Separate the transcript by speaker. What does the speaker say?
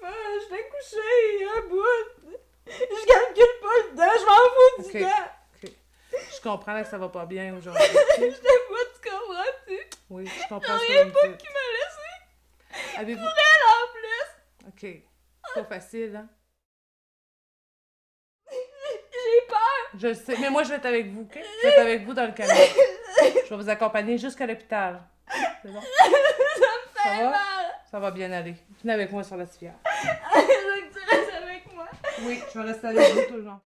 Speaker 1: pas, je vais coucher, un bout. Je calcule pas le temps, je m'en fous du
Speaker 2: Ok.
Speaker 1: temps.
Speaker 2: Je comprends là, que ça va pas bien aujourd'hui.
Speaker 1: Je te vois, tu comprends-tu?
Speaker 2: Oui, je comprends ce
Speaker 1: J'aurais
Speaker 2: que vous me dites.
Speaker 1: Qui m'a laissé
Speaker 2: Avez-vous...
Speaker 1: elle en plus.
Speaker 2: OK. Pas facile, hein?
Speaker 1: J'ai peur.
Speaker 2: Je le sais. Mais moi, je vais être avec vous, OK? Je vais être avec vous dans le camion. Je vais vous accompagner jusqu'à l'hôpital. C'est bon? Ça
Speaker 1: J'ai
Speaker 2: va?
Speaker 1: mal.
Speaker 2: Ça va bien aller. Venez avec moi sur la civière.
Speaker 1: Je veux que tu restes avec moi.
Speaker 2: Oui, je vais rester avec vous tout le long.